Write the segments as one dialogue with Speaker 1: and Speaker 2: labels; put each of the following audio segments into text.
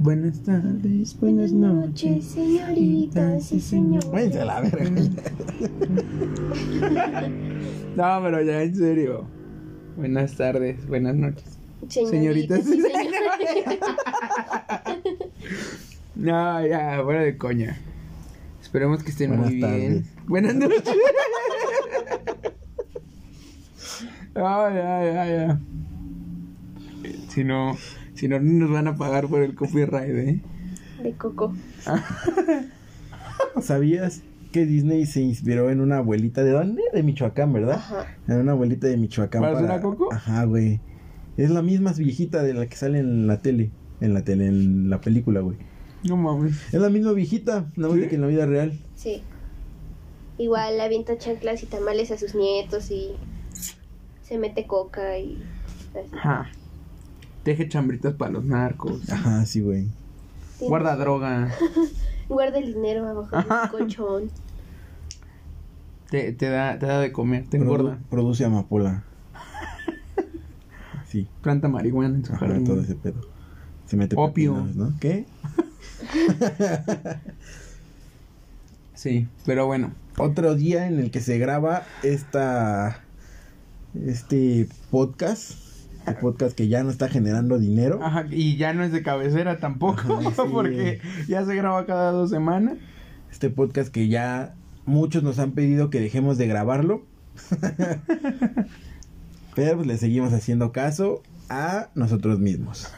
Speaker 1: Buenas tardes, buenas noches, señoritas y señores.
Speaker 2: Váyanse a la verga.
Speaker 1: No, pero ya en serio. Buenas tardes, buenas noches.
Speaker 3: Señoritas.
Speaker 1: Señoritas y No, ya, fuera de coña. Esperemos que estén
Speaker 2: Buenas
Speaker 1: muy bien.
Speaker 2: tardes.
Speaker 1: Buenas noches. Ay, ay, ay, ay. Si no, si no, no nos van a pagar por el copyright, ¿eh?
Speaker 3: De coco.
Speaker 2: ¿Sabías que Disney se inspiró en una abuelita de dónde? De Michoacán, ¿verdad?
Speaker 3: Ajá.
Speaker 2: En una abuelita de Michoacán.
Speaker 1: ¿Para hacer a Coco?
Speaker 2: Ajá, güey. Es la misma viejita de la que sale en la tele. En la tele, en la película, güey.
Speaker 1: No mames.
Speaker 2: Es la misma viejita, nada más
Speaker 1: ¿Sí?
Speaker 2: de que en la vida real.
Speaker 3: Sí. Igual avienta chanclas y tamales a sus nietos y se mete coca y así.
Speaker 1: Ajá. Teje chambritas para los narcos.
Speaker 2: Ajá, sí, güey.
Speaker 3: Tiene-
Speaker 1: Guarda droga.
Speaker 3: Guarda el dinero abajo
Speaker 1: Ajá.
Speaker 3: del colchón.
Speaker 1: Te, te da, te da de comer, te
Speaker 2: Produ-
Speaker 1: engorda.
Speaker 2: Produce amapola. Sí.
Speaker 1: Planta marihuana en su
Speaker 2: Ajá,
Speaker 1: jardín.
Speaker 2: todo ese pedo. Se mete
Speaker 1: Opio.
Speaker 2: pepinos, ¿no? ¿Qué?
Speaker 1: Sí, pero bueno.
Speaker 2: Otro día en el que se graba esta este podcast, este podcast que ya no está generando dinero.
Speaker 1: Ajá, y ya no es de cabecera tampoco,
Speaker 2: Ajá, sí. eh.
Speaker 1: porque ya se graba cada dos semanas.
Speaker 2: Este podcast que ya muchos nos han pedido que dejemos de grabarlo. Pero pues, le seguimos haciendo caso a nosotros mismos.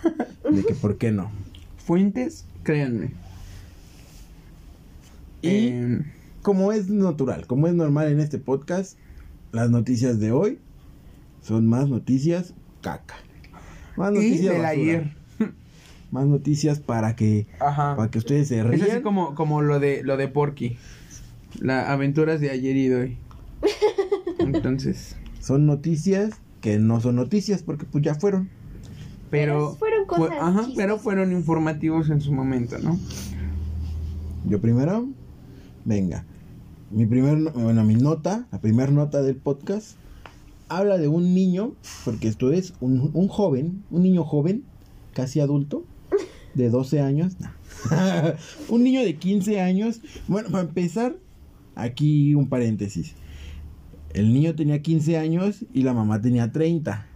Speaker 2: De que por qué no.
Speaker 1: Fuentes, créanme.
Speaker 2: Y
Speaker 1: Eh,
Speaker 2: como es natural, como es normal en este podcast, las noticias de hoy son más noticias caca. Más
Speaker 1: y
Speaker 2: noticias
Speaker 1: del
Speaker 2: basura.
Speaker 1: ayer.
Speaker 2: Más noticias para que
Speaker 1: Ajá.
Speaker 2: para que ustedes se
Speaker 1: Ah. Es
Speaker 2: rían.
Speaker 1: así como, como lo de lo de Porky. Las aventuras de ayer y de hoy. Entonces,
Speaker 2: Son noticias que no son noticias porque pues ya fueron.
Speaker 1: pero
Speaker 3: Pero fueron
Speaker 1: fue-
Speaker 3: cosas
Speaker 1: ajá, pero
Speaker 3: chistosas.
Speaker 1: fueron informativos en su momento, ¿no?
Speaker 2: Yo primero, venga. Mi primer, no- bueno, mi nota, la primera nota del podcast habla de un niño, porque esto es un, un joven, un niño joven, casi adulto, de 12 años. no. un niño de 15 años. Bueno, para empezar, aquí un paréntesis. El niño tenía 15 años y la mamá tenía 30.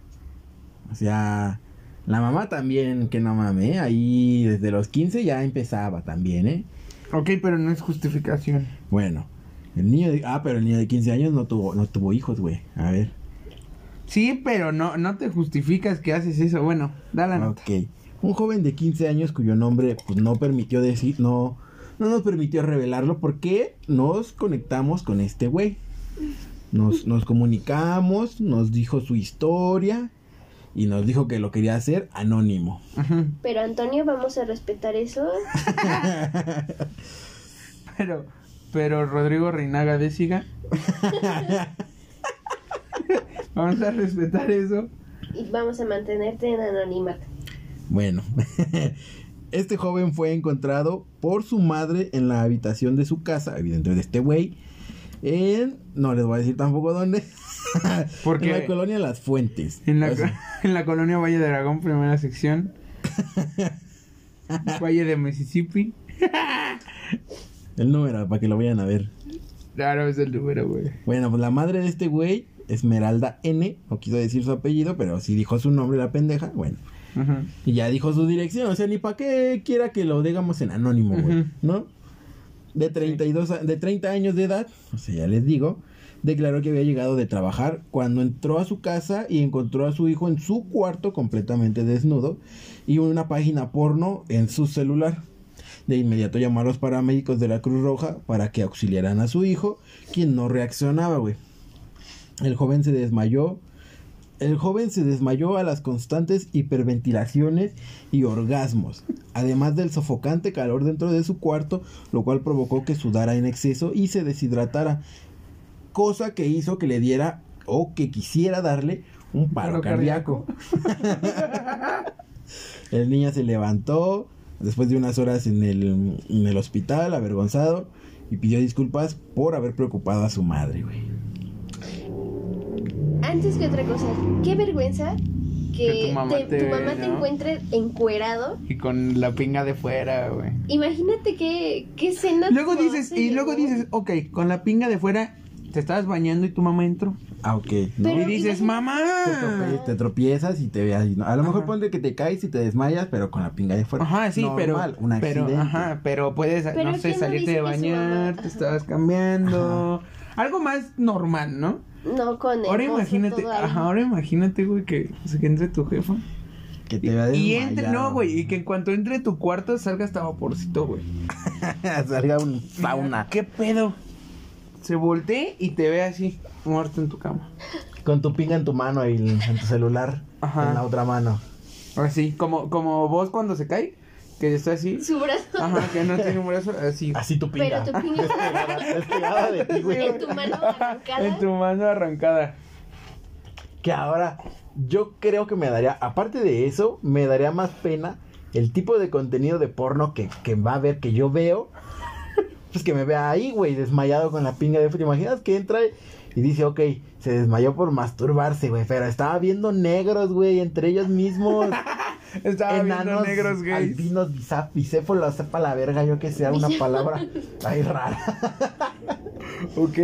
Speaker 2: O sea, la mamá también, que no mames, ¿eh? ahí desde los 15 ya empezaba también, ¿eh?
Speaker 1: Ok, pero no es justificación.
Speaker 2: Bueno, el niño de, ah, pero el niño de 15 años no tuvo no tuvo hijos, güey. A ver.
Speaker 1: Sí, pero no, no te justificas que haces eso. Bueno, da la nota.
Speaker 2: Ok. Un joven de 15 años cuyo nombre pues no permitió decir no no nos permitió revelarlo porque nos conectamos con este güey. Nos, nos comunicamos, nos dijo su historia y nos dijo que lo quería hacer anónimo.
Speaker 1: Ajá.
Speaker 3: Pero Antonio, vamos a respetar eso.
Speaker 1: Pero, pero Rodrigo Reinaga de Siga. Vamos a respetar eso.
Speaker 3: Y vamos a mantenerte en anonimato.
Speaker 2: Bueno, este joven fue encontrado por su madre en la habitación de su casa, evidentemente de este güey, en, no les voy a decir tampoco dónde,
Speaker 1: ¿Por
Speaker 2: en
Speaker 1: qué?
Speaker 2: la colonia Ah, Las Fuentes.
Speaker 1: En la,
Speaker 2: O sea,
Speaker 1: en la colonia Valle de Aragón, primera sección. Valle de Mississippi.
Speaker 2: el número, para que lo vayan a ver.
Speaker 1: Claro, es el número, güey.
Speaker 2: Bueno, pues la madre de este güey, Esmeralda N, no quiso decir su apellido, pero sí dijo su nombre, la pendeja, bueno.
Speaker 1: Ajá.
Speaker 2: Y ya dijo su dirección, o sea, ni para qué quiera que lo digamos en anónimo, güey,
Speaker 1: Ujú.
Speaker 2: ¿no? De 32, a- de 30 años de edad, o sea, ya les digo, declaró que había llegado de trabajar cuando entró a su casa y encontró a su hijo en su cuarto completamente desnudo y una página porno en su celular. De inmediato llamó a los paramédicos de la Cruz Roja para que auxiliaran a su hijo, quien no reaccionaba, güey. El joven se desmayó. El joven se desmayó a las constantes hiperventilaciones y orgasmos, además del sofocante calor dentro de su cuarto, lo cual provocó que sudara en exceso y se deshidratara, cosa que hizo que le diera o que quisiera darle un paro
Speaker 1: Paro cardíaco.
Speaker 2: cardíaco. el niño se levantó después de unas horas en el, en el hospital, avergonzado, y pidió disculpas por haber preocupado a su madre, güey.
Speaker 3: Antes que otra cosa, qué vergüenza que tu mamá te, tu mamá
Speaker 1: ve,
Speaker 3: te
Speaker 1: ¿no?
Speaker 3: encuentre encuerado.
Speaker 1: Y con la pinga de fuera, güey.
Speaker 3: Imagínate qué, qué escena.
Speaker 1: Luego
Speaker 3: tu mamá
Speaker 1: dices,
Speaker 3: se
Speaker 1: y luego
Speaker 3: llevó.
Speaker 1: dices, ok, con la pinga de fuera te estabas bañando y tu mamá entró.
Speaker 2: Ah, ok. ¿no?
Speaker 3: Pero
Speaker 1: y dices,
Speaker 3: imagínate-
Speaker 1: mamá.
Speaker 2: Te, trope- te tropiezas y te veas. y no- A lo mejor
Speaker 1: Ajá.
Speaker 2: ponte que te caes y te desmayas, pero con la pinga de fuera.
Speaker 1: Ajá, sí,
Speaker 2: Normal,
Speaker 1: pero.
Speaker 2: un accidente.
Speaker 1: pero, ajá, pero puedes,
Speaker 3: Pero
Speaker 1: no sé,
Speaker 3: ¿quién no
Speaker 1: salirte de
Speaker 3: dice que su mamá-
Speaker 1: bañar,
Speaker 3: ajá.
Speaker 1: te estabas cambiando. Algo más normal, ¿no?
Speaker 3: No, con el
Speaker 1: Ahora
Speaker 3: mozo,
Speaker 1: imagínate,
Speaker 3: todo ahí.
Speaker 1: ajá, ahora imagínate, güey, que, o sea, que entre tu jefa.
Speaker 2: Que
Speaker 1: Y,
Speaker 2: te vea
Speaker 1: y
Speaker 2: desmayado.
Speaker 1: entre, no, güey, y que en cuanto entre tu cuarto salga hasta vaporcito, güey.
Speaker 2: Salga un sauna.
Speaker 1: ¿Qué pedo? Se voltee y te ve así, muerto en tu cama.
Speaker 2: Con tu pinga en tu mano y el- en tu celular.
Speaker 1: Ajá.
Speaker 2: En la otra mano.
Speaker 1: Así, como, como vos cuando se cae, que está así.
Speaker 3: Su brazo
Speaker 1: Ajá, que no tiene un brazo, así.
Speaker 2: Así tu pinga.
Speaker 3: Pero tu pinga-
Speaker 2: Despegada- despegada de ti, güey.
Speaker 3: en tu mano arrancada.
Speaker 1: En tu mano arrancada.
Speaker 2: Que ahora yo creo que me daría, aparte de eso, me daría más pena el tipo de contenido de porno que, que va a ver, que yo veo. Pues que me vea ahí, güey, desmayado con la pinga de... ¿Te imaginas que entra y dice, ok, se desmayó por masturbarse, güey, pero estaba viendo negros, güey, entre ellos mismos.
Speaker 1: Estaba viendo
Speaker 2: enanos,
Speaker 1: negros gays.
Speaker 2: albinos, bisa- bicéfalos, sepa la verga, yo que sea una palabra ahí rara.
Speaker 1: Ok.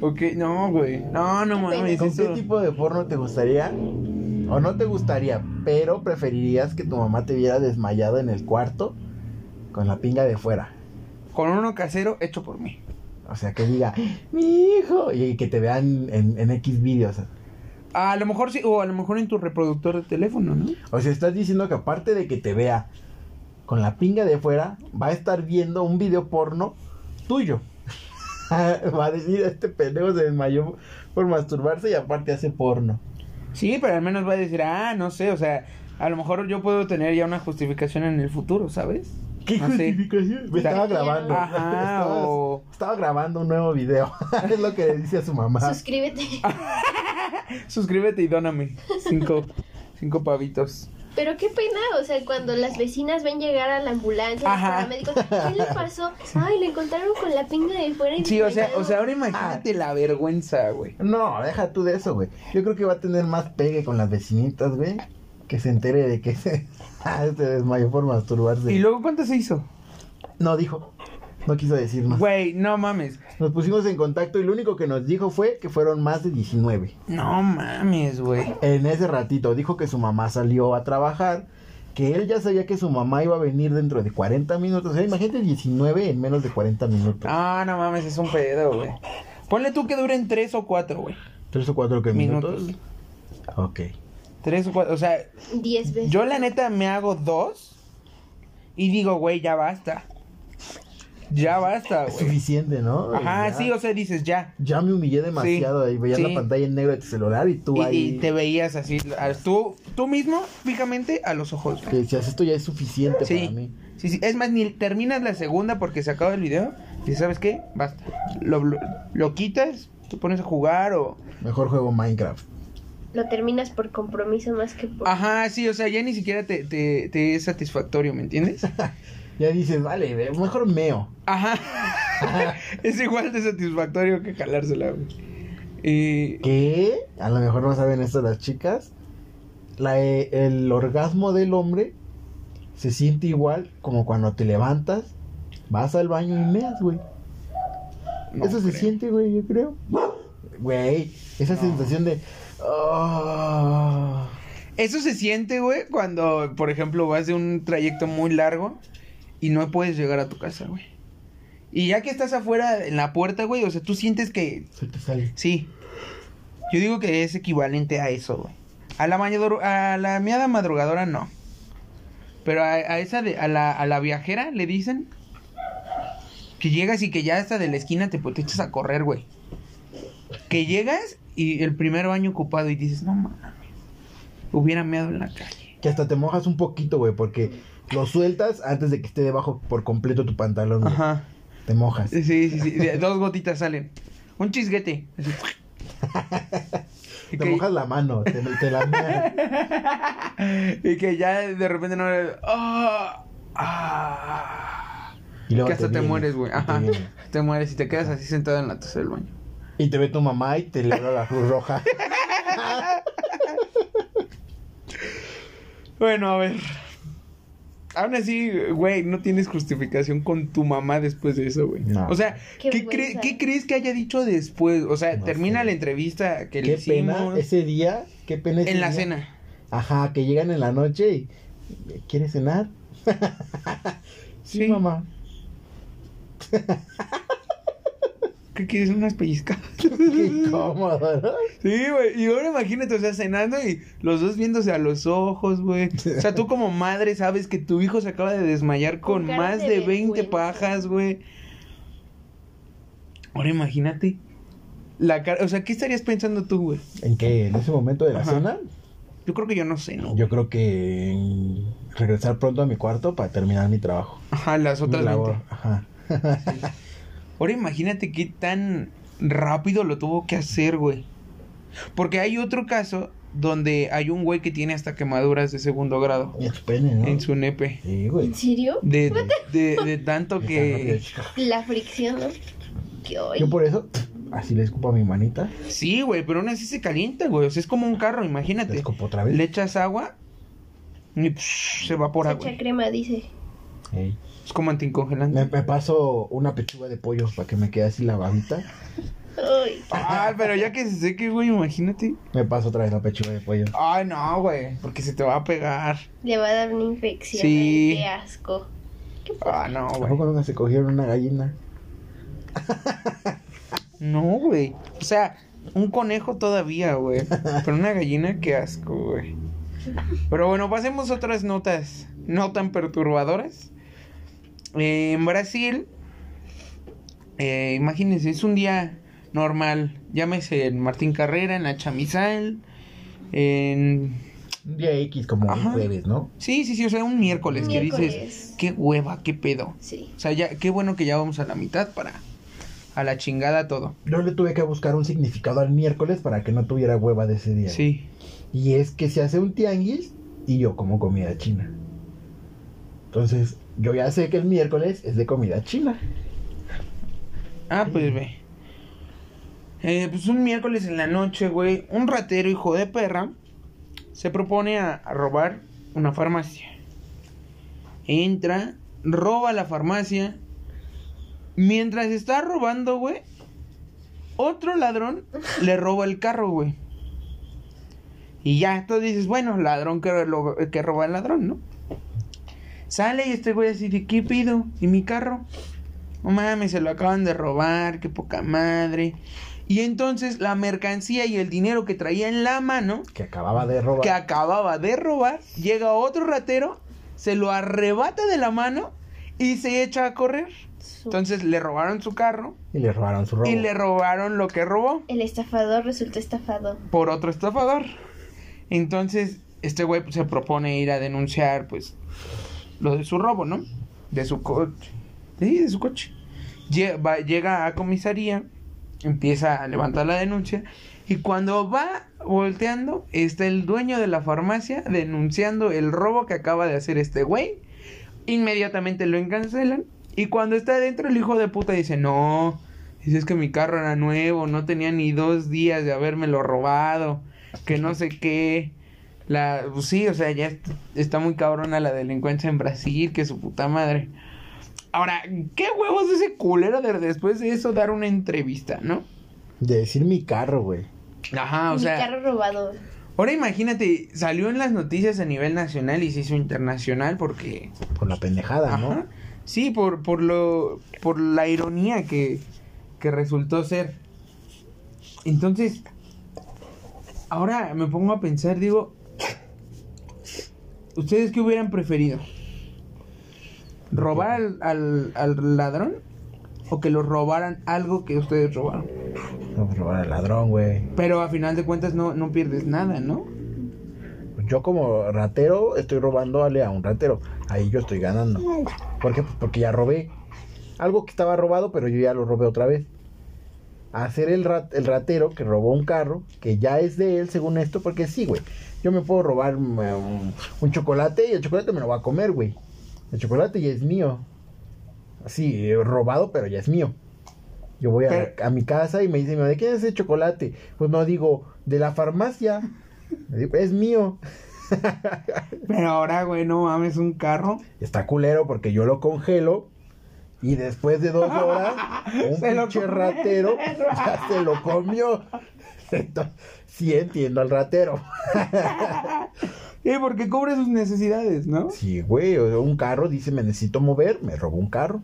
Speaker 1: Ok, no, güey. No, no
Speaker 3: Qué
Speaker 1: mames.
Speaker 3: pena.
Speaker 2: ¿Con qué
Speaker 1: eso-
Speaker 2: este tipo de porno te gustaría? O no te gustaría, pero preferirías que tu mamá te viera desmayado en el cuarto con la pinga de fuera.
Speaker 1: Con uno casero hecho por mí.
Speaker 2: O sea, que diga, mi hijo, y que te vean en, en X vídeos.
Speaker 1: A lo mejor sí, o a lo mejor en tu reproductor de teléfono, ¿no?
Speaker 2: O sea, estás diciendo que aparte de que te vea con la pinga de fuera, va a estar viendo un video porno tuyo. va a decir, este pendejo se desmayó por masturbarse y aparte hace porno.
Speaker 1: Sí, pero al menos va a decir, ah, no sé, o sea, a lo mejor yo puedo tener ya una justificación en el futuro, ¿sabes?
Speaker 2: ¿Qué
Speaker 1: No sé.
Speaker 2: justificación? Me
Speaker 1: Está-
Speaker 2: estaba grabando.
Speaker 1: Ajá,
Speaker 2: Estabas-
Speaker 1: o-
Speaker 2: Estaba grabando un nuevo video. es lo que le dice a su mamá.
Speaker 3: Suscríbete.
Speaker 1: Suscríbete y dóname cinco, cinco pavitos.
Speaker 3: Pero qué pena, o sea, cuando las vecinas ven llegar a la ambulancia, los
Speaker 1: Ajá.
Speaker 3: paramédicos, ¿qué le pasó? Ay, le encontraron con la pinga de fuera.
Speaker 1: Sí, o sea, o sea, ahora imagínate la vergüenza, güey.
Speaker 2: No, deja tú de eso, güey. Yo creo que va a tener más pegue con las vecinitas, güey. Que se entere de que se, Ah, se desmayó por masturbarse.
Speaker 1: ¿Y luego cuánto se hizo?
Speaker 2: No dijo. No quiso decirnos.
Speaker 1: Güey, no mames.
Speaker 2: Nos pusimos en contacto y lo único que nos dijo fue que fueron más de 19.
Speaker 1: No mames, güey.
Speaker 2: En ese ratito dijo que su mamá salió a trabajar, que él ya sabía que su mamá iba a venir dentro de 40 minutos. O sea, imagínate 19 en menos de 40 minutos.
Speaker 1: Ah, no mames, es un pedo, güey. Ponle tú que duren tres o cuatro, güey.
Speaker 2: ¿Tres o cuatro que minutos?
Speaker 1: Minutos.
Speaker 2: Ok.
Speaker 1: Tres o cuatro, o sea,
Speaker 3: Diez veces.
Speaker 1: yo la neta me hago dos y digo, güey, ya basta. Ya basta,
Speaker 2: Es
Speaker 1: güey.
Speaker 2: suficiente, ¿no?
Speaker 1: Ajá,
Speaker 2: Ya-
Speaker 1: sí, o sea, dices ya.
Speaker 2: Ya me humillé demasiado ahí. Veías
Speaker 1: sí.
Speaker 2: la pantalla en negro de tu celular y tú
Speaker 1: Y,
Speaker 2: ahí.
Speaker 1: y te veías así, a- tú, tú mismo, fijamente, a los ojos.
Speaker 2: que decías, esto ya es suficiente para
Speaker 1: Sí,
Speaker 2: mí.
Speaker 1: sí, sí. Es más, ni terminas la segunda porque se acaba el video. Y sabes qué, basta. Lo, lo, lo quitas, te pones a jugar o...
Speaker 2: Mejor juego Minecraft.
Speaker 3: Lo terminas por compromiso más que por...
Speaker 1: Ajá, sí, o sea, ya ni siquiera te, te, te es satisfactorio, ¿me entiendes?
Speaker 2: Ya dices, vale, ve- mejor meo.
Speaker 1: Ajá. es igual de satisfactorio que jalársela, güey. Eh, Y...
Speaker 2: Que a lo mejor no saben esto las chicas. La, eh, el orgasmo del hombre se siente igual como cuando te levantas, vas al baño y meas, güey.
Speaker 1: no
Speaker 2: Eso se
Speaker 1: creo.
Speaker 2: siente, güey, yo creo. Güey, esa
Speaker 1: No.
Speaker 2: sensación de. "Ah".
Speaker 1: Eso se siente, güey, cuando, por ejemplo, vas de un trayecto muy largo y no puedes llegar a tu casa, güey. Y ya que estás afuera en la puerta, güey, o sea, tú sientes que
Speaker 2: se te sale.
Speaker 1: sí. Yo digo que es equivalente a eso, güey. A la mañador- a la miada madrugadora no. Pero a, a esa de, a la, a la viajera le dicen que llegas y que ya hasta de la esquina te, te echas a correr, güey. Que llegas y el primer baño ocupado y dices, no mames, hubiera meado en la calle.
Speaker 2: Que hasta te mojas un poquito, güey, porque lo sueltas antes de que esté debajo por completo tu pantalón. güey.
Speaker 1: Ajá.
Speaker 2: Te mojas.
Speaker 1: Sí, sí, sí. de- Dos gotitas salen. Un chisguete. así.
Speaker 2: Te mojas la mano, te, te la meas.
Speaker 1: y que ya de repente no. ¡Ah! ¡Ah!
Speaker 2: Y luego
Speaker 1: que hasta te,
Speaker 2: viene,
Speaker 1: mueres, güey.
Speaker 2: y te
Speaker 1: Ajá.
Speaker 2: viene.
Speaker 1: Te mueres y te quedas así sentado en la taza del baño.
Speaker 2: Y te ve tu mamá y te le da la cruz roja.
Speaker 1: Bueno, a ver. Aún así, güey, no tienes justificación con tu mamá después de eso, güey.
Speaker 2: No.
Speaker 1: O sea,
Speaker 3: Qué
Speaker 1: ¿qué,
Speaker 3: vergüenza.
Speaker 1: cre- qué crees que haya dicho después? O sea,
Speaker 2: No
Speaker 1: termina
Speaker 2: sé.
Speaker 1: la entrevista que le
Speaker 2: Qué pena
Speaker 1: hicimos
Speaker 2: ese día, qué pena ese
Speaker 1: en la
Speaker 2: día.
Speaker 1: cena.
Speaker 2: Ajá, que llegan en la noche y ¿quieres cenar? sí,
Speaker 1: Sí.
Speaker 2: mamá.
Speaker 1: ¿Qué quieres? Unas pellizcas.
Speaker 2: Qué incómodo, ¿no?
Speaker 1: Sí, güey. Y ahora imagínate, o sea, cenando y los dos viéndose a los ojos, güey. O sea, tú como madre sabes que tu hijo se acaba de desmayar con,
Speaker 3: Con cara
Speaker 1: más
Speaker 3: de
Speaker 1: de 20
Speaker 3: vergüenza.
Speaker 1: pajas, güey. Ahora imagínate. La cara, o sea, ¿qué estarías pensando tú, güey?
Speaker 2: ¿En qué? ¿En ese momento de la
Speaker 1: Ajá.
Speaker 2: cena?
Speaker 1: Yo creo que yo no sé, ¿no?
Speaker 2: Yo creo que en regresar pronto a mi cuarto para terminar mi trabajo.
Speaker 1: Ajá, las
Speaker 2: Mi
Speaker 1: otras
Speaker 2: labor,
Speaker 1: 20.
Speaker 2: Ajá.
Speaker 1: Ahora imagínate qué tan rápido lo tuvo que hacer, güey. Porque hay otro caso donde hay un güey que tiene hasta quemaduras de segundo grado
Speaker 2: Y a su pene, ¿no?
Speaker 1: en su nepe.
Speaker 2: Sí, güey.
Speaker 3: ¿En serio?
Speaker 1: De, de, de tanto que...
Speaker 2: Está rápido.
Speaker 3: La fricción, ¿no? Que hoy.
Speaker 2: Yo por eso así le escupo a mi manita,
Speaker 1: Sí, güey, pero aún así se calienta, güey. O sea, es como un carro,
Speaker 2: le
Speaker 1: imagínate.
Speaker 2: escupo otra vez.
Speaker 1: Le echas agua y psh, se evapora,
Speaker 3: Se echa
Speaker 1: güey.
Speaker 3: crema, dice.
Speaker 2: Ey.
Speaker 1: Es como
Speaker 2: Me,
Speaker 1: anticongelante.
Speaker 2: me paso una pechuga de pollo para que me quede así la babita.
Speaker 3: Ay,
Speaker 1: Ah, pero ya que se seque, güey, imagínate.
Speaker 2: Me paso otra vez la pechuga de pollo.
Speaker 1: Ay, no, güey, porque se te va a pegar.
Speaker 3: le va a dar una infección.
Speaker 1: Sí.
Speaker 3: Ay, Qué asco.
Speaker 1: Ah, no,
Speaker 2: ¿A
Speaker 1: güey.
Speaker 2: poco nunca se cogieron una gallina?
Speaker 1: No, güey. O sea, un conejo todavía, güey. Pero una gallina, qué asco, güey. Pero bueno, pasemos a otras notas no tan perturbadoras. Eh, en Brasil, eh, imagínense, es un día normal. Llámese en Martín Carrera, en la Chamizal, en...
Speaker 2: Un día X, como
Speaker 1: Ajá.
Speaker 2: un jueves, ¿no?
Speaker 1: Sí, sí, sí, o sea, un miércoles, que
Speaker 3: Miércoles.
Speaker 1: dices, qué hueva, qué pedo.
Speaker 3: Sí.
Speaker 1: O sea, ya, qué bueno que ya vamos a la mitad para... A la chingada todo.
Speaker 2: Yo le tuve que buscar un significado al miércoles para que no tuviera hueva de ese día.
Speaker 1: Sí.
Speaker 2: Y es que se hace un tianguis y yo como comida china. Entonces, yo ya sé que el miércoles es de comida china.
Speaker 1: Ah, pues ve. Eh, pues un miércoles en la noche, güey, un ratero hijo de perra se propone a, a robar una farmacia. Entra, roba la farmacia. Mientras está robando, güey, otro ladrón le roba el carro, güey. Y ya, tú dices, bueno, ladrón que, lo- que roba al ladrón, ¿no? Sale y este güey así de, ¿qué pido? ¿Y mi carro? No mames, se lo acaban de robar, qué poca madre. Y entonces la mercancía y el dinero que traía en la mano,
Speaker 2: Que acababa de robar.
Speaker 1: que acababa de robar, llega otro ratero, se lo arrebata de la mano y se echa a correr.
Speaker 3: Su-
Speaker 1: Entonces le robaron su carro
Speaker 2: Y le robaron su robo.
Speaker 1: y le robaron lo que robó
Speaker 3: El estafador resultó estafado.
Speaker 1: por otro estafador. Entonces, este güey pues, se propone ir a denunciar, pues, lo de su robo, ¿no? De su coche. Sí, de su coche. Lle- va- llega a comisaría, empieza a levantar la denuncia. Y cuando va volteando, está el dueño de la farmacia denunciando el robo que acaba de hacer este güey. Inmediatamente lo encancelan. Y cuando está adentro, el hijo de puta dice: No, dice, es que mi carro era nuevo, no tenía ni dos días de habérmelo robado, que no sé qué. La, pues sí, o sea, ya est- está muy cabrona la delincuencia en Brasil, que su puta madre. Ahora, ¿qué huevos ese culero de después de eso dar una entrevista, no?
Speaker 2: De decir mi carro, güey.
Speaker 1: Ajá, Ah, o
Speaker 3: Mi
Speaker 1: sea.
Speaker 3: carro robado.
Speaker 1: Ahora imagínate, salió en las noticias a nivel nacional y se hizo internacional porque...
Speaker 2: Por la pendejada,
Speaker 1: Ajá.
Speaker 2: ¿no?
Speaker 1: Sí, por, por, lo, por la ironía que, que resultó ser. Entonces, ahora me pongo a pensar, digo, ¿ustedes qué hubieran preferido? ¿Robar al, al- al ladrón o que lo robaran algo que ustedes robaron?
Speaker 2: No, pues robar al ladrón, güey.
Speaker 1: Pero a final de cuentas no, no pierdes nada, ¿no?
Speaker 2: Yo como ratero estoy robándole a un ratero. Ahí yo estoy ganando. ¿Por qué? Pues porque ya robé. Algo que estaba robado, pero yo ya lo robé otra vez. Hacer el, rat- el ratero que robó un carro, que ya es de él según esto, porque sí, güey. Yo me puedo robar mm, un, un chocolate y el chocolate me lo va a comer, güey. El chocolate ya es mío. Sí, eh, robado, pero ya es mío. Yo voy a, la-
Speaker 1: Pero-
Speaker 2: a mi casa y me dice, mi mamá, ¿de quién es ese chocolate? Pues no digo, de la farmacia. Me digo, Es mío.
Speaker 1: Pero ahora, güey, no mames, un carro.
Speaker 2: Está culero porque yo lo congelo y después de dos horas, un
Speaker 1: Se lo
Speaker 2: pinche
Speaker 1: comió.
Speaker 2: ratero ya se lo comió. Entonces, sí entiendo al ratero.
Speaker 1: Sí, Eh, porque cubre sus necesidades, ¿no?
Speaker 2: Sí, güey, o sea, un carro dice me necesito mover, me robó un carro.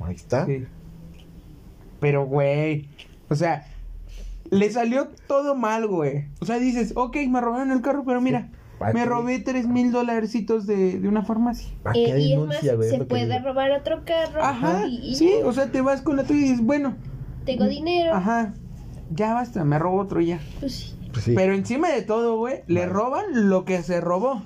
Speaker 2: Ahí está.
Speaker 1: Sí. Pero, güey, o sea, le salió todo mal, güey. O sea, dices, ok, me robaron el carro, pero mira,
Speaker 2: ¿Para
Speaker 1: me
Speaker 2: qué?
Speaker 1: robé tres mil dolarcitos de, de una farmacia.
Speaker 2: ¿Para
Speaker 3: Eh,
Speaker 2: qué
Speaker 3: y es más,
Speaker 2: Ah, denuncia, güey? Es
Speaker 3: se
Speaker 2: lo que
Speaker 3: puede
Speaker 2: digo.
Speaker 3: robar otro carro
Speaker 1: Ajá,
Speaker 3: y, y
Speaker 1: sí, o sea, te vas con la tuya y dices, bueno,
Speaker 3: tengo dinero.
Speaker 1: ajá, ya basta, me robo otro ya.
Speaker 3: Pues sí.
Speaker 2: Pues sí.
Speaker 1: Pero encima de todo, güey, le
Speaker 2: Vale.
Speaker 1: roban lo que se robó.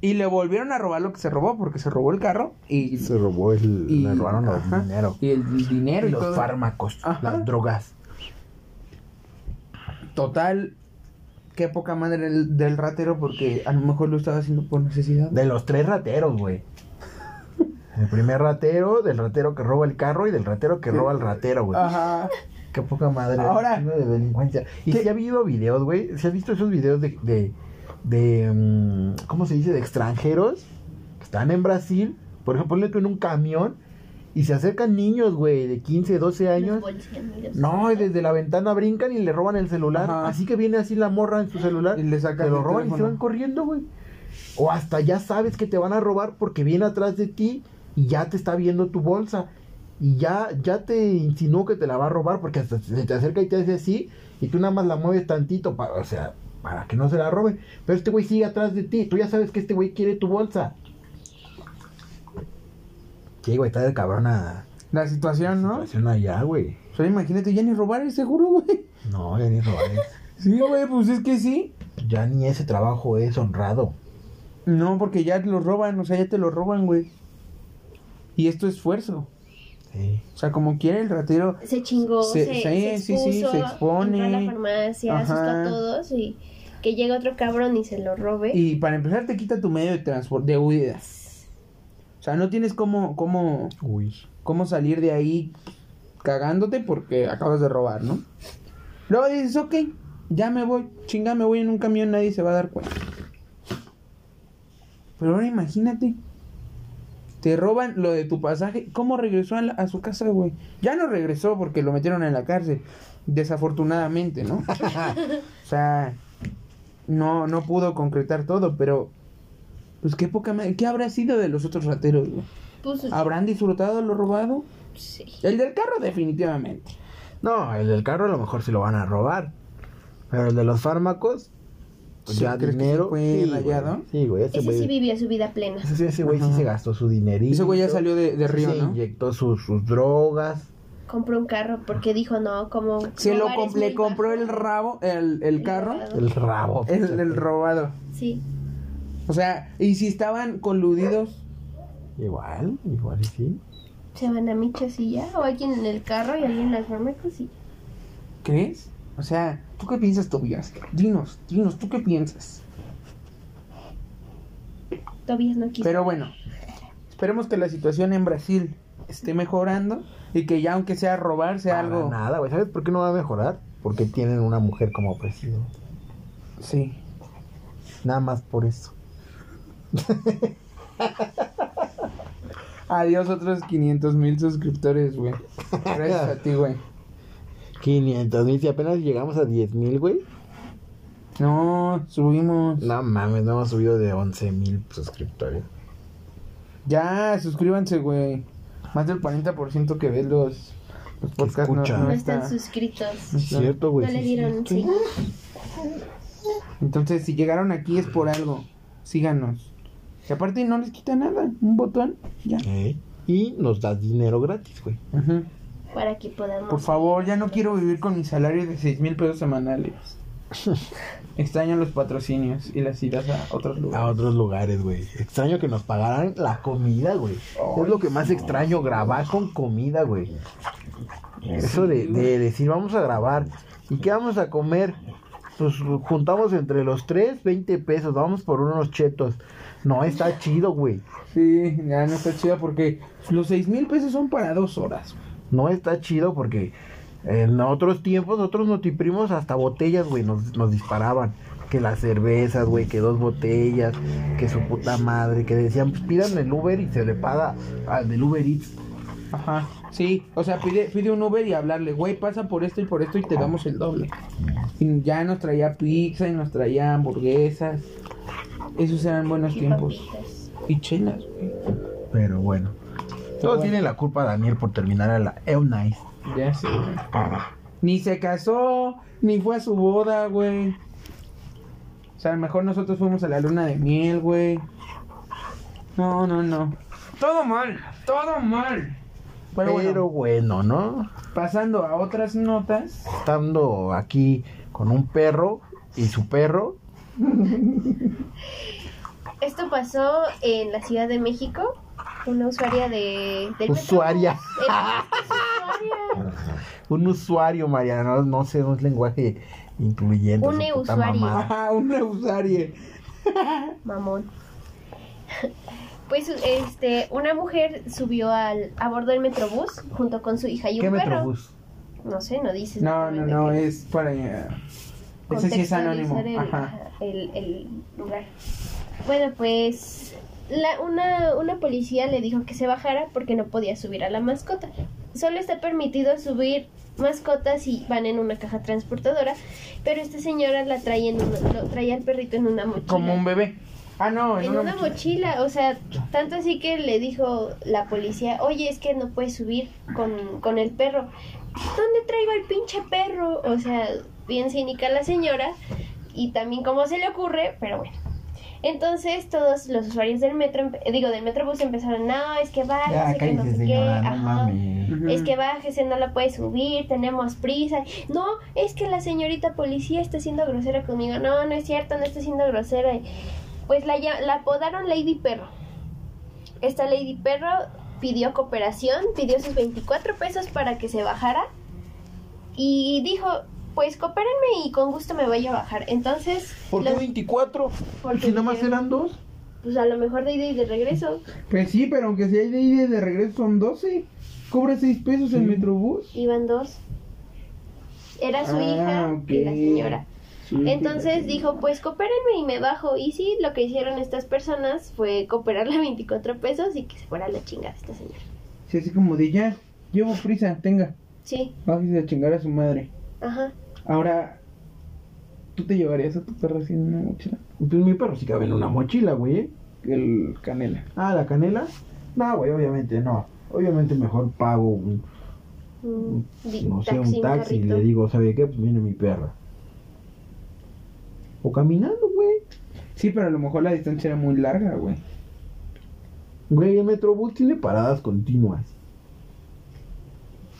Speaker 1: Y le volvieron a robar lo que se robó, porque se robó el carro y...
Speaker 2: se robó el,
Speaker 1: y-
Speaker 2: le robaron los
Speaker 1: ajá,
Speaker 2: dinero.
Speaker 1: Y el dinero y,
Speaker 2: los
Speaker 1: todo.
Speaker 2: fármacos,
Speaker 1: Ajá.
Speaker 2: las drogas.
Speaker 1: Total, qué poca madre del, del ratero porque a lo mejor lo estaba haciendo por necesidad.
Speaker 2: De los tres rateros, güey. El primer ratero, del ratero que roba el carro y del ratero que roba el ratero, güey.
Speaker 1: Ajá.
Speaker 2: Qué poca madre.
Speaker 1: Ahora-
Speaker 2: chingo De delincuencia. Y
Speaker 1: ¿Qué?
Speaker 2: si ha habido videos, güey. Si has visto esos videos de. de, de, mm, ¿Cómo se dice? De extranjeros que están en Brasil. Por ejemplo, ponle tú en un camión y se acercan niños, güey, de 15, 12
Speaker 3: Los
Speaker 2: años.
Speaker 3: policías, mira.
Speaker 2: No, y desde la ventana brincan y le roban el celular.
Speaker 1: Ajá.
Speaker 2: Así que viene así la morra en su celular.
Speaker 1: Y le sacan
Speaker 2: Se lo
Speaker 1: el
Speaker 2: roban y se
Speaker 1: teléfono.
Speaker 2: van corriendo, güey. O hasta ya sabes que te van a robar porque viene atrás de ti y ya te está viendo tu bolsa. Y ya, ya te insinuó que te la va a robar porque hasta se te acerca y te hace así. Y tú nada más la mueves tantito para, o sea, para que no se la roben. Pero este güey sigue atrás de ti. Tú ya sabes que este güey quiere tu bolsa. Sí, güey, está de cabrona.
Speaker 1: La situación, ¿no? O
Speaker 2: situación allá, güey.
Speaker 1: sea, imagínate, ya ni robar el seguro, güey.
Speaker 2: No, ya ni robar es-
Speaker 1: Sí, güey, pues es que sí.
Speaker 2: Ya ni ese trabajo es honrado.
Speaker 1: No, porque ya te lo roban, o sea, ya te lo roban, güey. Y esto es esfuerzo.
Speaker 2: Sí.
Speaker 1: O sea, como quiere el ratero.
Speaker 3: Se chingó,
Speaker 1: Se-
Speaker 3: se,
Speaker 1: sí,
Speaker 3: se
Speaker 1: sí, sí,
Speaker 3: expuso,
Speaker 1: se expone.
Speaker 3: entró a la farmacia, asustó
Speaker 1: Ajá.
Speaker 3: a todos y que llegue otro cabrón y se lo robe.
Speaker 1: Y para empezar, te quita tu medio de transporte, de huida. O sea, no tienes cómo, cómo,
Speaker 2: Uy.
Speaker 1: cómo salir de ahí cagándote porque acabas de robar, ¿no? Luego dices, ok, ya me voy, chinga, me voy en un camión, nadie se va a dar cuenta. Pero ahora imagínate, te roban lo de tu pasaje, ¿cómo regresó a, la- a su casa, güey? Ya no regresó porque lo metieron en la cárcel, desafortunadamente, ¿no? o sea, no, no pudo concretar todo, pero... Pues qué poca ma- ¿qué habrá sido de los otros rateros, güey?
Speaker 3: Puso-
Speaker 1: ¿Habrán disfrutado lo robado?
Speaker 3: pues, sí.
Speaker 1: El del carro definitivamente.
Speaker 2: No, el del carro a lo mejor sí lo van a robar. Pero el de los fármacos, pues
Speaker 1: Sí,
Speaker 2: ya
Speaker 1: ¿crees que
Speaker 2: dinero.
Speaker 1: sí fue rayado?
Speaker 2: Güey. Sí, güey, ese
Speaker 3: Ese sí
Speaker 2: güey.
Speaker 3: vivía su vida plena.
Speaker 2: Ese, sí- ese güey sí
Speaker 1: Ajá.
Speaker 2: se gastó su dinerito.
Speaker 1: Ese güey ya salió de, de
Speaker 2: sí
Speaker 1: Río,
Speaker 2: se
Speaker 1: ¿no?
Speaker 2: inyectó sus, sus drogas.
Speaker 3: Compró un carro porque dijo, no, como...
Speaker 1: Se lo
Speaker 3: robar es
Speaker 1: comp-
Speaker 3: muy
Speaker 1: le compró
Speaker 3: bajo".
Speaker 1: el rabo, el, el carro,
Speaker 3: robado.
Speaker 2: El rabo.
Speaker 1: el, el robado.
Speaker 3: Sí.
Speaker 1: O sea, y si estaban coludidos,
Speaker 2: Igual, igual y sí.
Speaker 3: Se van a michas y ya, o alguien en el carro y alguien en las pues, fármacos y...
Speaker 1: ¿crees? O sea, ¿tú qué piensas, Tobias? Dinos, dinos, ¿tú qué piensas?
Speaker 3: Tobias no quiso.
Speaker 1: Pero bueno, esperemos que la situación en Brasil esté mejorando y que ya aunque sea robar, sea
Speaker 2: Para
Speaker 1: algo...
Speaker 2: Nada, güey. ¿Sabes por qué no va a mejorar? Porque tienen una mujer como presidente.
Speaker 1: Sí.
Speaker 2: Nada más por eso.
Speaker 1: Adiós otros 500 mil suscriptores, güey. Gracias a ti, güey.
Speaker 2: 500 mil, si apenas llegamos a 10 mil, güey.
Speaker 1: No, subimos.
Speaker 2: No mames, no hemos subido de 11 mil suscriptores.
Speaker 1: Ya, suscríbanse, güey. Más del 40% que ve los, los podcasts no,
Speaker 2: escucha.
Speaker 1: no
Speaker 3: No
Speaker 1: está.
Speaker 3: están suscritos.
Speaker 1: no
Speaker 2: Es
Speaker 1: está.
Speaker 2: cierto, güey.
Speaker 3: no
Speaker 2: sí,
Speaker 3: le
Speaker 2: sí.
Speaker 3: dieron, sí.
Speaker 1: Entonces, si llegaron aquí es por algo. Síganos. Y aparte no les quita nada. Un botón, ya.
Speaker 2: Eh, Y nos das dinero gratis, güey.
Speaker 1: Ujú.
Speaker 3: Para que podamos...
Speaker 1: Por favor, ya no quiero vivir con mi salario de 6 mil pesos semanales. Extraño los patrocinios y las idas a otros
Speaker 2: A
Speaker 1: lugares.
Speaker 2: otros lugares, güey. Extraño que nos pagaran la comida, güey.
Speaker 1: Ay,
Speaker 2: es lo que más extraño, grabar con comida, güey. Eso de, de decir, vamos a grabar. ¿Y qué vamos a comer? Pues juntamos entre los tres 20 pesos. Vamos por unos chetos. No, está chido, güey.
Speaker 1: Sí, ya no está chida porque los 6 mil pesos son para dos horas. güey.
Speaker 2: No está chido porque en otros tiempos, otros notiprimos hasta botellas, güey, nos, nos disparaban. que las cervezas, güey, que dos botellas, que su puta madre, que decían, pues pídanle el Uber y se le paga al del Uber Eats.
Speaker 1: Ajá. Sí, o sea, pide, pide un Uber y hablarle, güey, pasa por esto y por esto y te damos el doble. Y ya nos traía pizza y nos traía hamburguesas. Esos eran buenos
Speaker 3: Y
Speaker 1: tiempos.
Speaker 3: papitas.
Speaker 1: Y chelas, güey.
Speaker 2: Pero bueno. Todo
Speaker 1: bueno.
Speaker 2: tiene la culpa Daniel por terminar a la Eunice.
Speaker 1: Ya sé, güey. Ni se casó, ni fue a su boda, güey. O sea, a lo mejor nosotros fuimos a la luna de miel, güey. No, no, no. Todo mal, todo mal. Pero, bueno,
Speaker 2: Pero bueno, ¿no?
Speaker 1: pasando a otras notas.
Speaker 2: Estando aquí con un perro y su perro.
Speaker 3: Esto pasó en la Ciudad de México. Una usuaria de. del metro.
Speaker 2: Usuaria.
Speaker 3: Eh, usuaria.
Speaker 2: Un usuario, Mariana. No, no sé, un lenguaje incluyente.
Speaker 3: Un
Speaker 2: su puta
Speaker 3: usuario.
Speaker 2: mamada.
Speaker 1: Ajá, un reusarie.
Speaker 3: Mamón. Pues este, una mujer subió al, a bordo del metrobús junto con su hija y un
Speaker 2: ¿Qué
Speaker 3: perro.
Speaker 2: metrobús?
Speaker 3: No sé, no dices.
Speaker 1: No, no, no, es para... Ese sí es anónimo.
Speaker 3: contextualizar El,
Speaker 1: Ajá.
Speaker 3: ajá, el- el lugar. Bueno, pues la- una, una policía le dijo que se bajara porque no podía subir a la mascota. Solo está permitido subir mascotas si van en una caja transportadora, pero esta señora la trae en una- lo, traía al perrito en una mochila.
Speaker 1: Como un bebé. Ah, no,
Speaker 3: en una mochila, Ah. o sea, tanto así que le dijo la policía, oye, es que no puedes subir con, con el perro. ¿Dónde traigo el pinche perro? O sea, bien cínica la señora y también cómo se le ocurre, pero bueno. Entonces todos los usuarios del metro, empe- digo, del metrobús empezaron, no, es que va,
Speaker 2: Ya,
Speaker 3: no sé qué, no
Speaker 2: cállese,
Speaker 3: sé qué,
Speaker 2: señora. No
Speaker 3: ajá.
Speaker 2: mames.
Speaker 1: Ujú.
Speaker 3: Es que bájese, no la puede subir, tenemos prisa. No, es que la señorita policía está siendo grosera conmigo. No, no es cierto, no está siendo grosera. Y, Pues la, lla- la apodaron Lady Perro. Esta Lady Perro pidió cooperación, pidió sus 24 pesos para que se bajara y dijo, pues coopérenme y con gusto me voy a bajar. Entonces,
Speaker 2: ¿Por qué
Speaker 3: los-
Speaker 2: 24?
Speaker 3: Porque
Speaker 2: si nomás
Speaker 3: dijeron-
Speaker 2: eran dos.
Speaker 3: pues a lo mejor de ida y de regreso.
Speaker 1: Pues sí, pero aunque sea de ida y de regreso son 12. Cobra 6 pesos el Metrobús.
Speaker 3: Iban dos. Era su
Speaker 1: Ah,
Speaker 3: hija y la
Speaker 1: ok.
Speaker 3: señora.
Speaker 1: Sí,
Speaker 3: Entonces
Speaker 1: fíjate.
Speaker 3: dijo, pues coopérenme y me bajo. Y sí, lo que hicieron estas personas fue cooperarle 24 pesos y que se fuera la chingada esta señora.
Speaker 1: Sí, así como de ya, llevo prisa, tenga.
Speaker 3: Sí,
Speaker 1: Bájese a chingar a su madre.
Speaker 3: ajá.
Speaker 1: Ahora, ¿tú te llevarías a tu perro así en una mochila?
Speaker 2: Pues mi perro sí cabe en una mochila, güey. ¿eh?
Speaker 1: El canela.
Speaker 2: Ah, la canela. No, güey, obviamente no. Obviamente mejor pago un,
Speaker 3: Mm, di-
Speaker 2: no sé,
Speaker 3: taxi,
Speaker 2: un
Speaker 3: un
Speaker 2: taxi y
Speaker 3: carrito.
Speaker 2: le digo, ¿sabe qué? Pues viene mi perra. O caminando, güey.
Speaker 1: Sí, pero a lo mejor la distancia era muy larga, güey.
Speaker 2: Güey, el Metrobús tiene paradas continuas.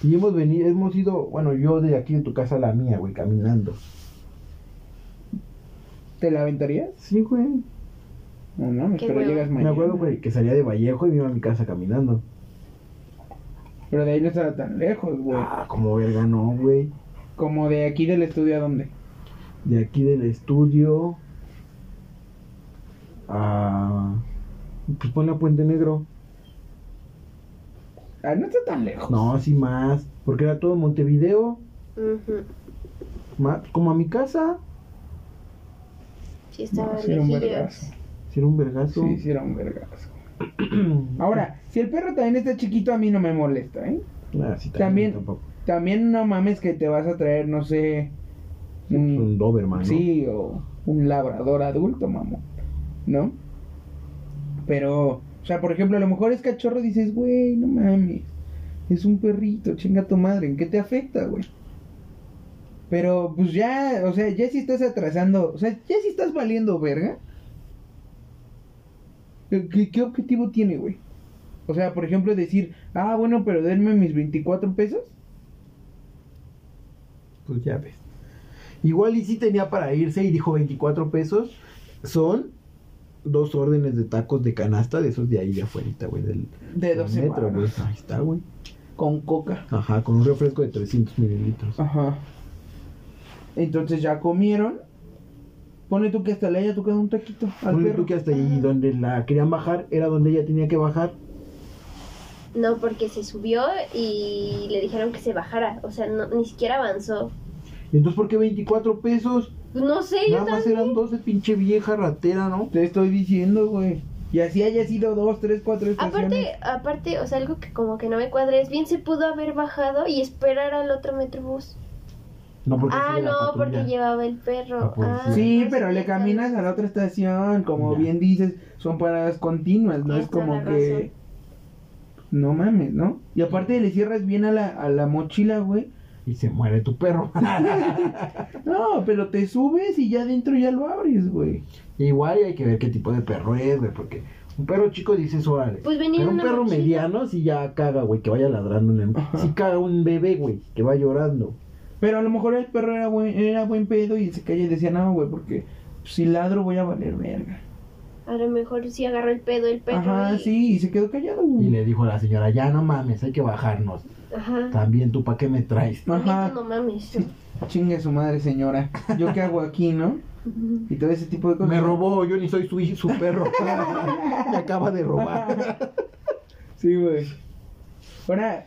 Speaker 2: Y hemos venido, hemos ido, bueno, yo de aquí de tu casa a la mía, güey, caminando.
Speaker 1: ¿Te la aventarías?
Speaker 2: Sí, güey.
Speaker 1: No, no,
Speaker 3: Qué
Speaker 1: pero
Speaker 3: hueva.
Speaker 1: llegas
Speaker 2: Me
Speaker 1: mañana.
Speaker 2: acuerdo, güey, que salía de Vallejo y me iba a mi casa caminando.
Speaker 1: Pero de ahí no estaba tan lejos, güey.
Speaker 2: Ah, como verga, no, güey.
Speaker 1: Como de aquí del estudio a dónde.
Speaker 2: de aquí del estudio a pues ponle a Puente Negro
Speaker 1: Ah, no está tan lejos.
Speaker 2: no así más porque era todo Montevideo
Speaker 3: Ujú,
Speaker 2: más como a mi casa
Speaker 3: Sí, estaba
Speaker 1: No, sí era un
Speaker 3: lejillos.
Speaker 1: vergazo.
Speaker 2: si era un vergazo
Speaker 1: Sí, sí era un vergazo. Ahora, si el perro también está chiquito, a mí no me molesta, ¿eh?
Speaker 2: Ah, sí,
Speaker 1: También.
Speaker 2: también, tampoco.
Speaker 1: También no mames que te vas a traer, no sé,
Speaker 2: un pues,
Speaker 1: un,
Speaker 2: Doberman ¿no?
Speaker 1: sí o un labrador adulto, mamón, ¿no? Pero, o sea, por ejemplo, a lo mejor es cachorro y dices, güey, no mames, es un perrito, chinga tu madre, ¿en qué te afecta, güey? Pero, pues ya, o sea, ya si estás atrasando, o sea, ya si estás valiendo verga, ¿qué- ¿qué, qué objetivo tiene, güey? O sea, por ejemplo, decir, ah, bueno, pero denme mis 24 pesos.
Speaker 2: pues ya ves igual y sí tenía para irse y dijo 24 pesos son dos órdenes de tacos de canasta de esos de ahí de afuera güey del
Speaker 1: De
Speaker 2: del
Speaker 1: 12
Speaker 2: metro güey
Speaker 1: varos.
Speaker 2: ahí está güey
Speaker 1: Con coca.
Speaker 2: ajá con un refresco de 300 mililitros
Speaker 1: Ajá. Entonces ya comieron. Pone tú que hasta le haya tocado un taquito al
Speaker 2: Ponle
Speaker 1: perro.
Speaker 2: tú que hasta ahí donde la querían bajar era donde ella tenía que bajar.
Speaker 3: No, porque se subió y le dijeron que se bajara. O sea, no, ni siquiera avanzó.
Speaker 2: Entonces, ¿por qué 24 pesos?
Speaker 3: No sé, yo
Speaker 2: Nada más
Speaker 3: también.
Speaker 2: eran 12, pinche vieja ratera, ¿no?
Speaker 1: Te estoy diciendo, güey. Y así haya sido dos, tres, cuatro estaciones.
Speaker 3: Aparte, aparte, o sea, algo que como que no me cuadra es bien se pudo haber bajado y esperar al otro metrobús.
Speaker 2: No, porque
Speaker 3: Ah,
Speaker 2: sigue la
Speaker 3: no,
Speaker 2: patrulla.
Speaker 3: porque llevaba el perro.
Speaker 2: La policía.
Speaker 3: Ah,
Speaker 1: sí,
Speaker 3: pues
Speaker 1: pero le
Speaker 3: sí,
Speaker 1: caminas a la otra estación, como
Speaker 2: Ya.
Speaker 1: bien dices, son paradas continuas, no es
Speaker 3: Tienes toda
Speaker 1: como
Speaker 3: la
Speaker 1: que... No mames, ¿no? Y aparte le cierras bien a la, a la mochila, güey.
Speaker 2: Y se muere tu perro.
Speaker 1: No, pero te subes y ya adentro ya lo abres, güey.
Speaker 2: Igual hay que ver qué tipo de perro es, güey, porque un perro chico dices, órale.
Speaker 3: Pues venía
Speaker 2: pero un
Speaker 3: una
Speaker 2: perro
Speaker 3: mochila.
Speaker 2: mediano sí ya caga, güey, que vaya ladrando. En el... Sí caga un bebé, güey, que va llorando.
Speaker 1: Pero a lo mejor el perro era buen, era buen pedo y se calla y decía, no, güey, porque si ladro voy a valer verga.
Speaker 3: A lo mejor sí agarró el pedo el perro.
Speaker 1: Ajá,
Speaker 3: y-
Speaker 1: sí, y se quedó callado,
Speaker 2: Y
Speaker 1: güey.
Speaker 2: le dijo a la señora, ya no mames, hay que bajarnos.
Speaker 3: Ajá.
Speaker 2: También tú, ¿pa' qué me traes?
Speaker 1: Ajá.
Speaker 3: Ahorita No mames.
Speaker 1: Chingue su madre, señora. ¿Yo qué hago aquí, no?
Speaker 3: Ujú.
Speaker 1: Y todo ese tipo de cosas.
Speaker 2: Me robó, yo ni soy su, hij- su perro. Me acaba de robar.
Speaker 1: Sí, güey. Ahora,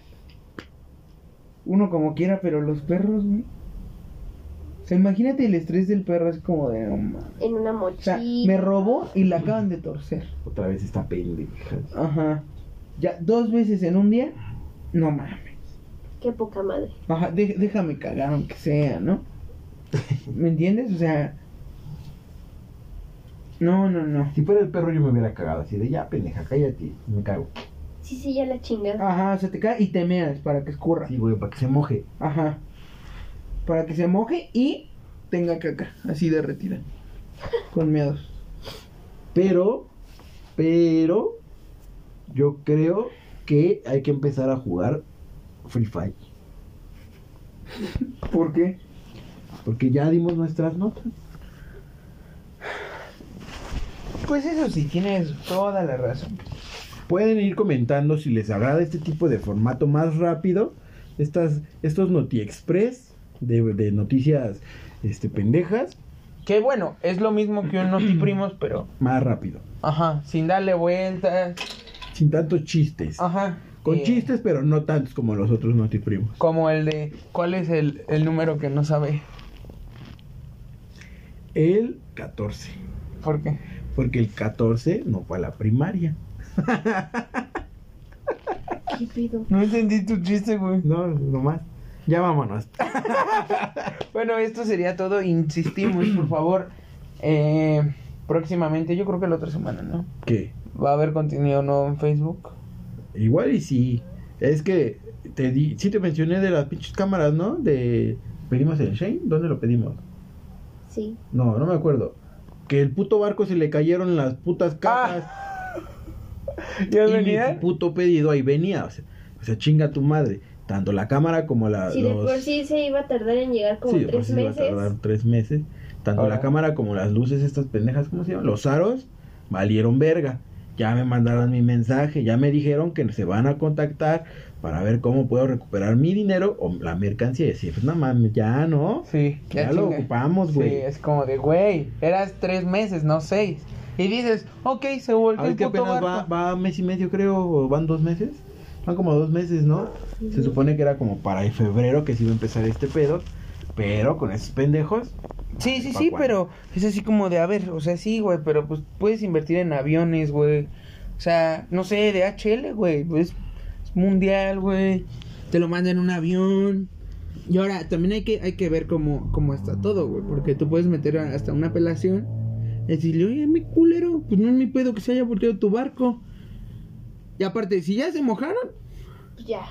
Speaker 1: uno como quiera, pero los perros, güey. O sea, imagínate el estrés del perro, es como de... no mames.
Speaker 3: En una
Speaker 1: O
Speaker 3: mochila.
Speaker 1: sea, me robó y la acaban de torcer.
Speaker 2: Otra vez esta pendeja.
Speaker 1: Ajá. Ya, dos veces en un día, no mames.
Speaker 3: Qué poca madre.
Speaker 1: Ajá, dé- déjame cagar aunque sea, ¿no? ¿Me entiendes? O sea... No, no, no.
Speaker 2: Si fuera el perro yo me hubiera cagado así de, ya pendeja, cállate, me cago.
Speaker 3: Sí, sí, ya la chingada.
Speaker 1: Ajá, o sea, te cae y te meas para que escurra.
Speaker 2: Sí, güey, para que se moje.
Speaker 1: Ajá. Para que se moje y tenga caca, así derretida. Con miedos.
Speaker 2: Pero, pero, yo creo que hay que empezar a jugar Free Fire.
Speaker 1: ¿Por qué?
Speaker 2: Porque ya dimos nuestras notas.
Speaker 1: Pues eso sí, tienes toda la razón.
Speaker 2: Pueden ir comentando si les agrada este tipo de formato más rápido. Estas, estos Noti Express de, de noticias este, pendejas,
Speaker 1: Que bueno, es lo mismo que un noti primos, pero.
Speaker 2: más rápido.
Speaker 1: Ajá, sin darle vueltas.
Speaker 2: Sin tantos chistes.
Speaker 1: Ajá.
Speaker 2: Con
Speaker 1: eh,
Speaker 2: chistes, pero no tantos como los otros Noti Primos.
Speaker 1: Como el de. ¿Cuál es el, el número que no sabe?
Speaker 2: El 14.
Speaker 1: ¿Por qué?
Speaker 2: Porque el 14 no fue a la primaria.
Speaker 3: Qué pedo.
Speaker 1: No entendí tu chiste, güey.
Speaker 2: No, nomás. Ya vámonos.
Speaker 1: Bueno, esto sería todo. Insistimos, por favor. Eh, próximamente, yo creo que la otra semana, ¿no?
Speaker 2: ¿Qué?
Speaker 1: Va a haber contenido nuevo en Facebook.
Speaker 2: Igual y sí. Es que te di, sí te mencioné de las pinches cámaras, ¿no? De pedimos el Shane, ¿dónde lo pedimos?
Speaker 3: Sí.
Speaker 2: No, no me acuerdo. Que el puto barco se le cayeron las putas cajas
Speaker 1: ¿Ya
Speaker 2: y mi
Speaker 1: venía?
Speaker 2: puto pedido ahí venía, o sea, o sea, chinga tu madre, tanto la cámara como la
Speaker 3: Si de
Speaker 2: los-
Speaker 3: por sí se iba a tardar en llegar como
Speaker 2: Ah, sí, de por
Speaker 3: tres
Speaker 2: sí iba a
Speaker 3: meses.
Speaker 2: tardar tres meses, tanto
Speaker 1: Ahora.
Speaker 2: la cámara como las luces estas pendejas, ¿cómo se llaman? Los aros valieron verga. Ya me mandaron mi mensaje, ya me dijeron que se van a contactar para ver cómo puedo recuperar mi dinero o la mercancía. Y decir, pues no mames, ya no.
Speaker 1: Sí,
Speaker 2: Ya, lo
Speaker 1: chingué.
Speaker 2: ocupamos,
Speaker 1: Sí,
Speaker 2: güey.
Speaker 1: es como de, güey, eras tres meses, no seis. Y dices, ok, se volvió
Speaker 2: A ver
Speaker 1: el
Speaker 2: que
Speaker 1: puto
Speaker 2: apenas va,
Speaker 1: barco.
Speaker 2: va mes y medio, creo, o van dos meses. Van como dos meses, ¿no? Se supone que era como para el febrero que se iba a empezar este pedo. Pero con esos pendejos,
Speaker 1: Sí, sí,
Speaker 2: ¿Pa'
Speaker 1: sí,
Speaker 2: cuándo?
Speaker 1: pero es así como de, a ver, o sea, sí, güey, pero pues puedes invertir en aviones, güey. O sea, no sé, de HL, güey, pues es mundial, güey. Te lo mandan en un avión. Y ahora, también hay que, hay que ver cómo, cómo está todo, güey, porque tú puedes meter a- hasta una apelación. y Decirle, oye, mi culero, pues no es mi pedo que se haya volteado tu barco. Y aparte, si ya se mojaron,
Speaker 3: pues Ya,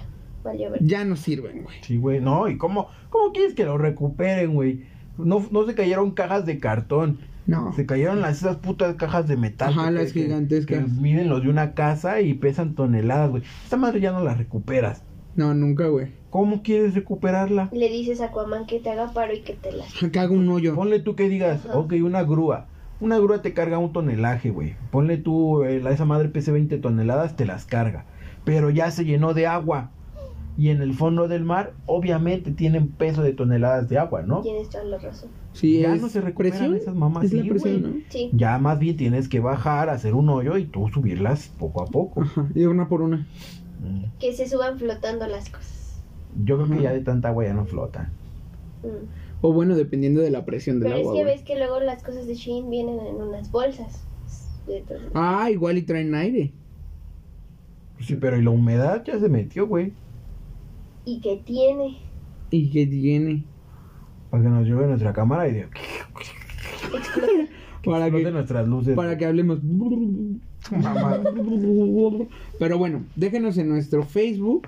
Speaker 3: valió ver.
Speaker 1: ya no sirven, güey.
Speaker 2: Sí, güey, no, ¿y cómo, cómo quieres que lo recuperen, güey? No, no se cayeron cajas de cartón,
Speaker 1: No.
Speaker 2: se cayeron las esas putas cajas de metal.
Speaker 1: Ajá,
Speaker 2: que-
Speaker 1: las
Speaker 2: que-
Speaker 1: gigantescas.
Speaker 2: Que miden los de una casa y pesan toneladas, güey. Esta madre ya no la recuperas.
Speaker 1: No, nunca, güey.
Speaker 2: ¿Cómo quieres recuperarla?
Speaker 3: Le dices a Aquaman que te haga paro y que te las.
Speaker 1: Acá hago un hoyo.
Speaker 2: Ponle tú que digas,
Speaker 3: Ajá.
Speaker 2: ok, una grúa. Una grúa te carga un tonelaje, güey. Ponle tú, eh, la- esa madre pese 20 toneladas, te las carga. Pero ya se llenó de agua. Y en el fondo del mar, obviamente, tienen peso de toneladas de agua, ¿no?
Speaker 3: Tienes toda la razón.
Speaker 1: Sí,
Speaker 2: Ya
Speaker 1: es
Speaker 2: no se recuperan
Speaker 1: presión.
Speaker 2: esas mamás,
Speaker 1: Es la
Speaker 2: sí,
Speaker 1: presión,
Speaker 2: güey.
Speaker 3: Sí.
Speaker 2: Ya más bien tienes que bajar, hacer un hoyo y tú subirlas poco a
Speaker 1: ¿no?
Speaker 2: poco.
Speaker 1: Ajá, y una por una.
Speaker 2: Mm.
Speaker 3: Que se suban flotando las cosas.
Speaker 2: Yo creo que
Speaker 1: Ajá.
Speaker 2: ya de tanta agua ya no flota.
Speaker 3: Mm.
Speaker 1: O bueno, dependiendo de la presión del
Speaker 3: Pero es
Speaker 1: agua.
Speaker 3: que
Speaker 1: güey.
Speaker 3: ves que luego las cosas de Shein vienen en unas bolsas. Pues, Entonces,
Speaker 1: Ah, igual y traen aire.
Speaker 2: Sí, pero y la humedad ya se metió, güey.
Speaker 3: ¿Y que tiene?
Speaker 1: ¿Y qué tiene?
Speaker 2: Para que nos lleve nuestra cámara y de-
Speaker 3: Explota.
Speaker 1: Para
Speaker 2: explote
Speaker 1: que,
Speaker 2: nuestras luces.
Speaker 1: para que hablemos.
Speaker 4: Mamá.
Speaker 1: Pero bueno, déjenos en nuestro Facebook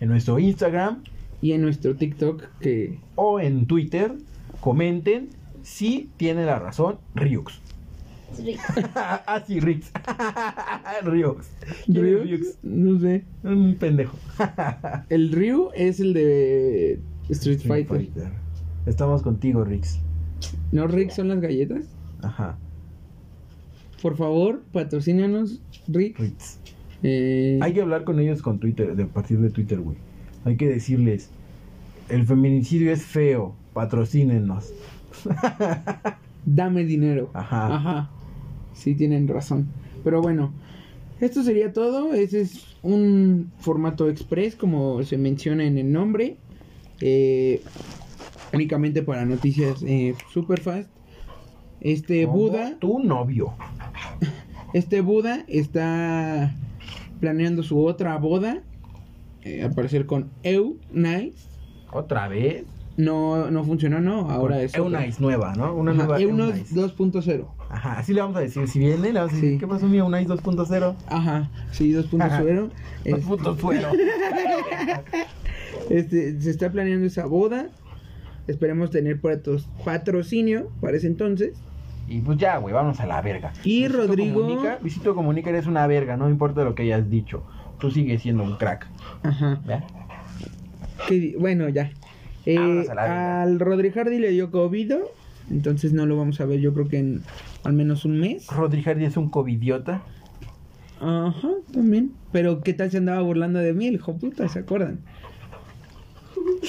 Speaker 2: En nuestro Instagram
Speaker 1: y en nuestro TikTok que
Speaker 2: o en Twitter comenten si tiene la razón Ryux.
Speaker 3: Es rico.
Speaker 2: ah, sí, Rix. Ryux. ¿Quién es Ryux?
Speaker 1: Ryux, no sé.
Speaker 2: Un pendejo.
Speaker 1: El Ryu es el de Street, Fighter.
Speaker 2: Estamos contigo, Rix.
Speaker 1: ¿No Rick son las galletas?
Speaker 2: Ajá,
Speaker 1: Por favor, patrocínanos, Rick.
Speaker 2: Rix.
Speaker 1: Eh,
Speaker 2: Hay que hablar con ellos con Twitter, de a partir de Twitter, güey. Hay que decirles, el feminicidio es feo, patrocínenos.
Speaker 1: dame dinero.
Speaker 2: Ajá.
Speaker 1: Ajá. Sí, tienen razón. Pero bueno, esto sería todo. Ese es un formato express, como se menciona en el nombre. Eh, únicamente para noticias eh, super fast. Este
Speaker 2: Como
Speaker 1: Buda,
Speaker 2: Tu novio.
Speaker 1: este Buda está planeando su otra boda. eh, al parecer con Eu Nice.
Speaker 2: ¿Otra vez?
Speaker 1: No, no funcionó, no. Ahora
Speaker 2: Con
Speaker 1: es.
Speaker 2: Eunice nueva, ¿no? Una nueva
Speaker 1: Ajá, Eunice
Speaker 2: Eunice.
Speaker 1: 2.0.
Speaker 2: Ajá, así le vamos a decir. Si viene, le vamos a decir,
Speaker 1: Sí.
Speaker 2: ¿qué pasó, mi Eunice 2.0?
Speaker 1: Ajá, sí, 2.0. Este,
Speaker 2: 2.0.
Speaker 1: Este, se está planeando esa boda. Esperemos tener patro- patrocinio para ese entonces.
Speaker 2: y pues ya, güey, vamos a la verga.
Speaker 1: Y Rodrigo-
Speaker 2: Comunica, Luisito Comunica eres una verga, no importa lo que hayas dicho. Tú sigues siendo un crack.
Speaker 1: Ajá.
Speaker 2: ¿verdad?
Speaker 1: que di- bueno, ya. Eh,
Speaker 2: Vámonos a la verga.
Speaker 1: al Rodri Hardy le dio COVID. Entonces no lo vamos a ver, yo creo que en al menos un mes.
Speaker 2: Rodri Hardy es un covidiota.
Speaker 1: Ajá, también. Pero qué tal se andaba burlando de mí, el hijo puta, ¿se acuerdan?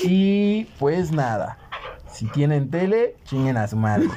Speaker 2: Y pues nada. Si tienen tele, chinguen a su madre.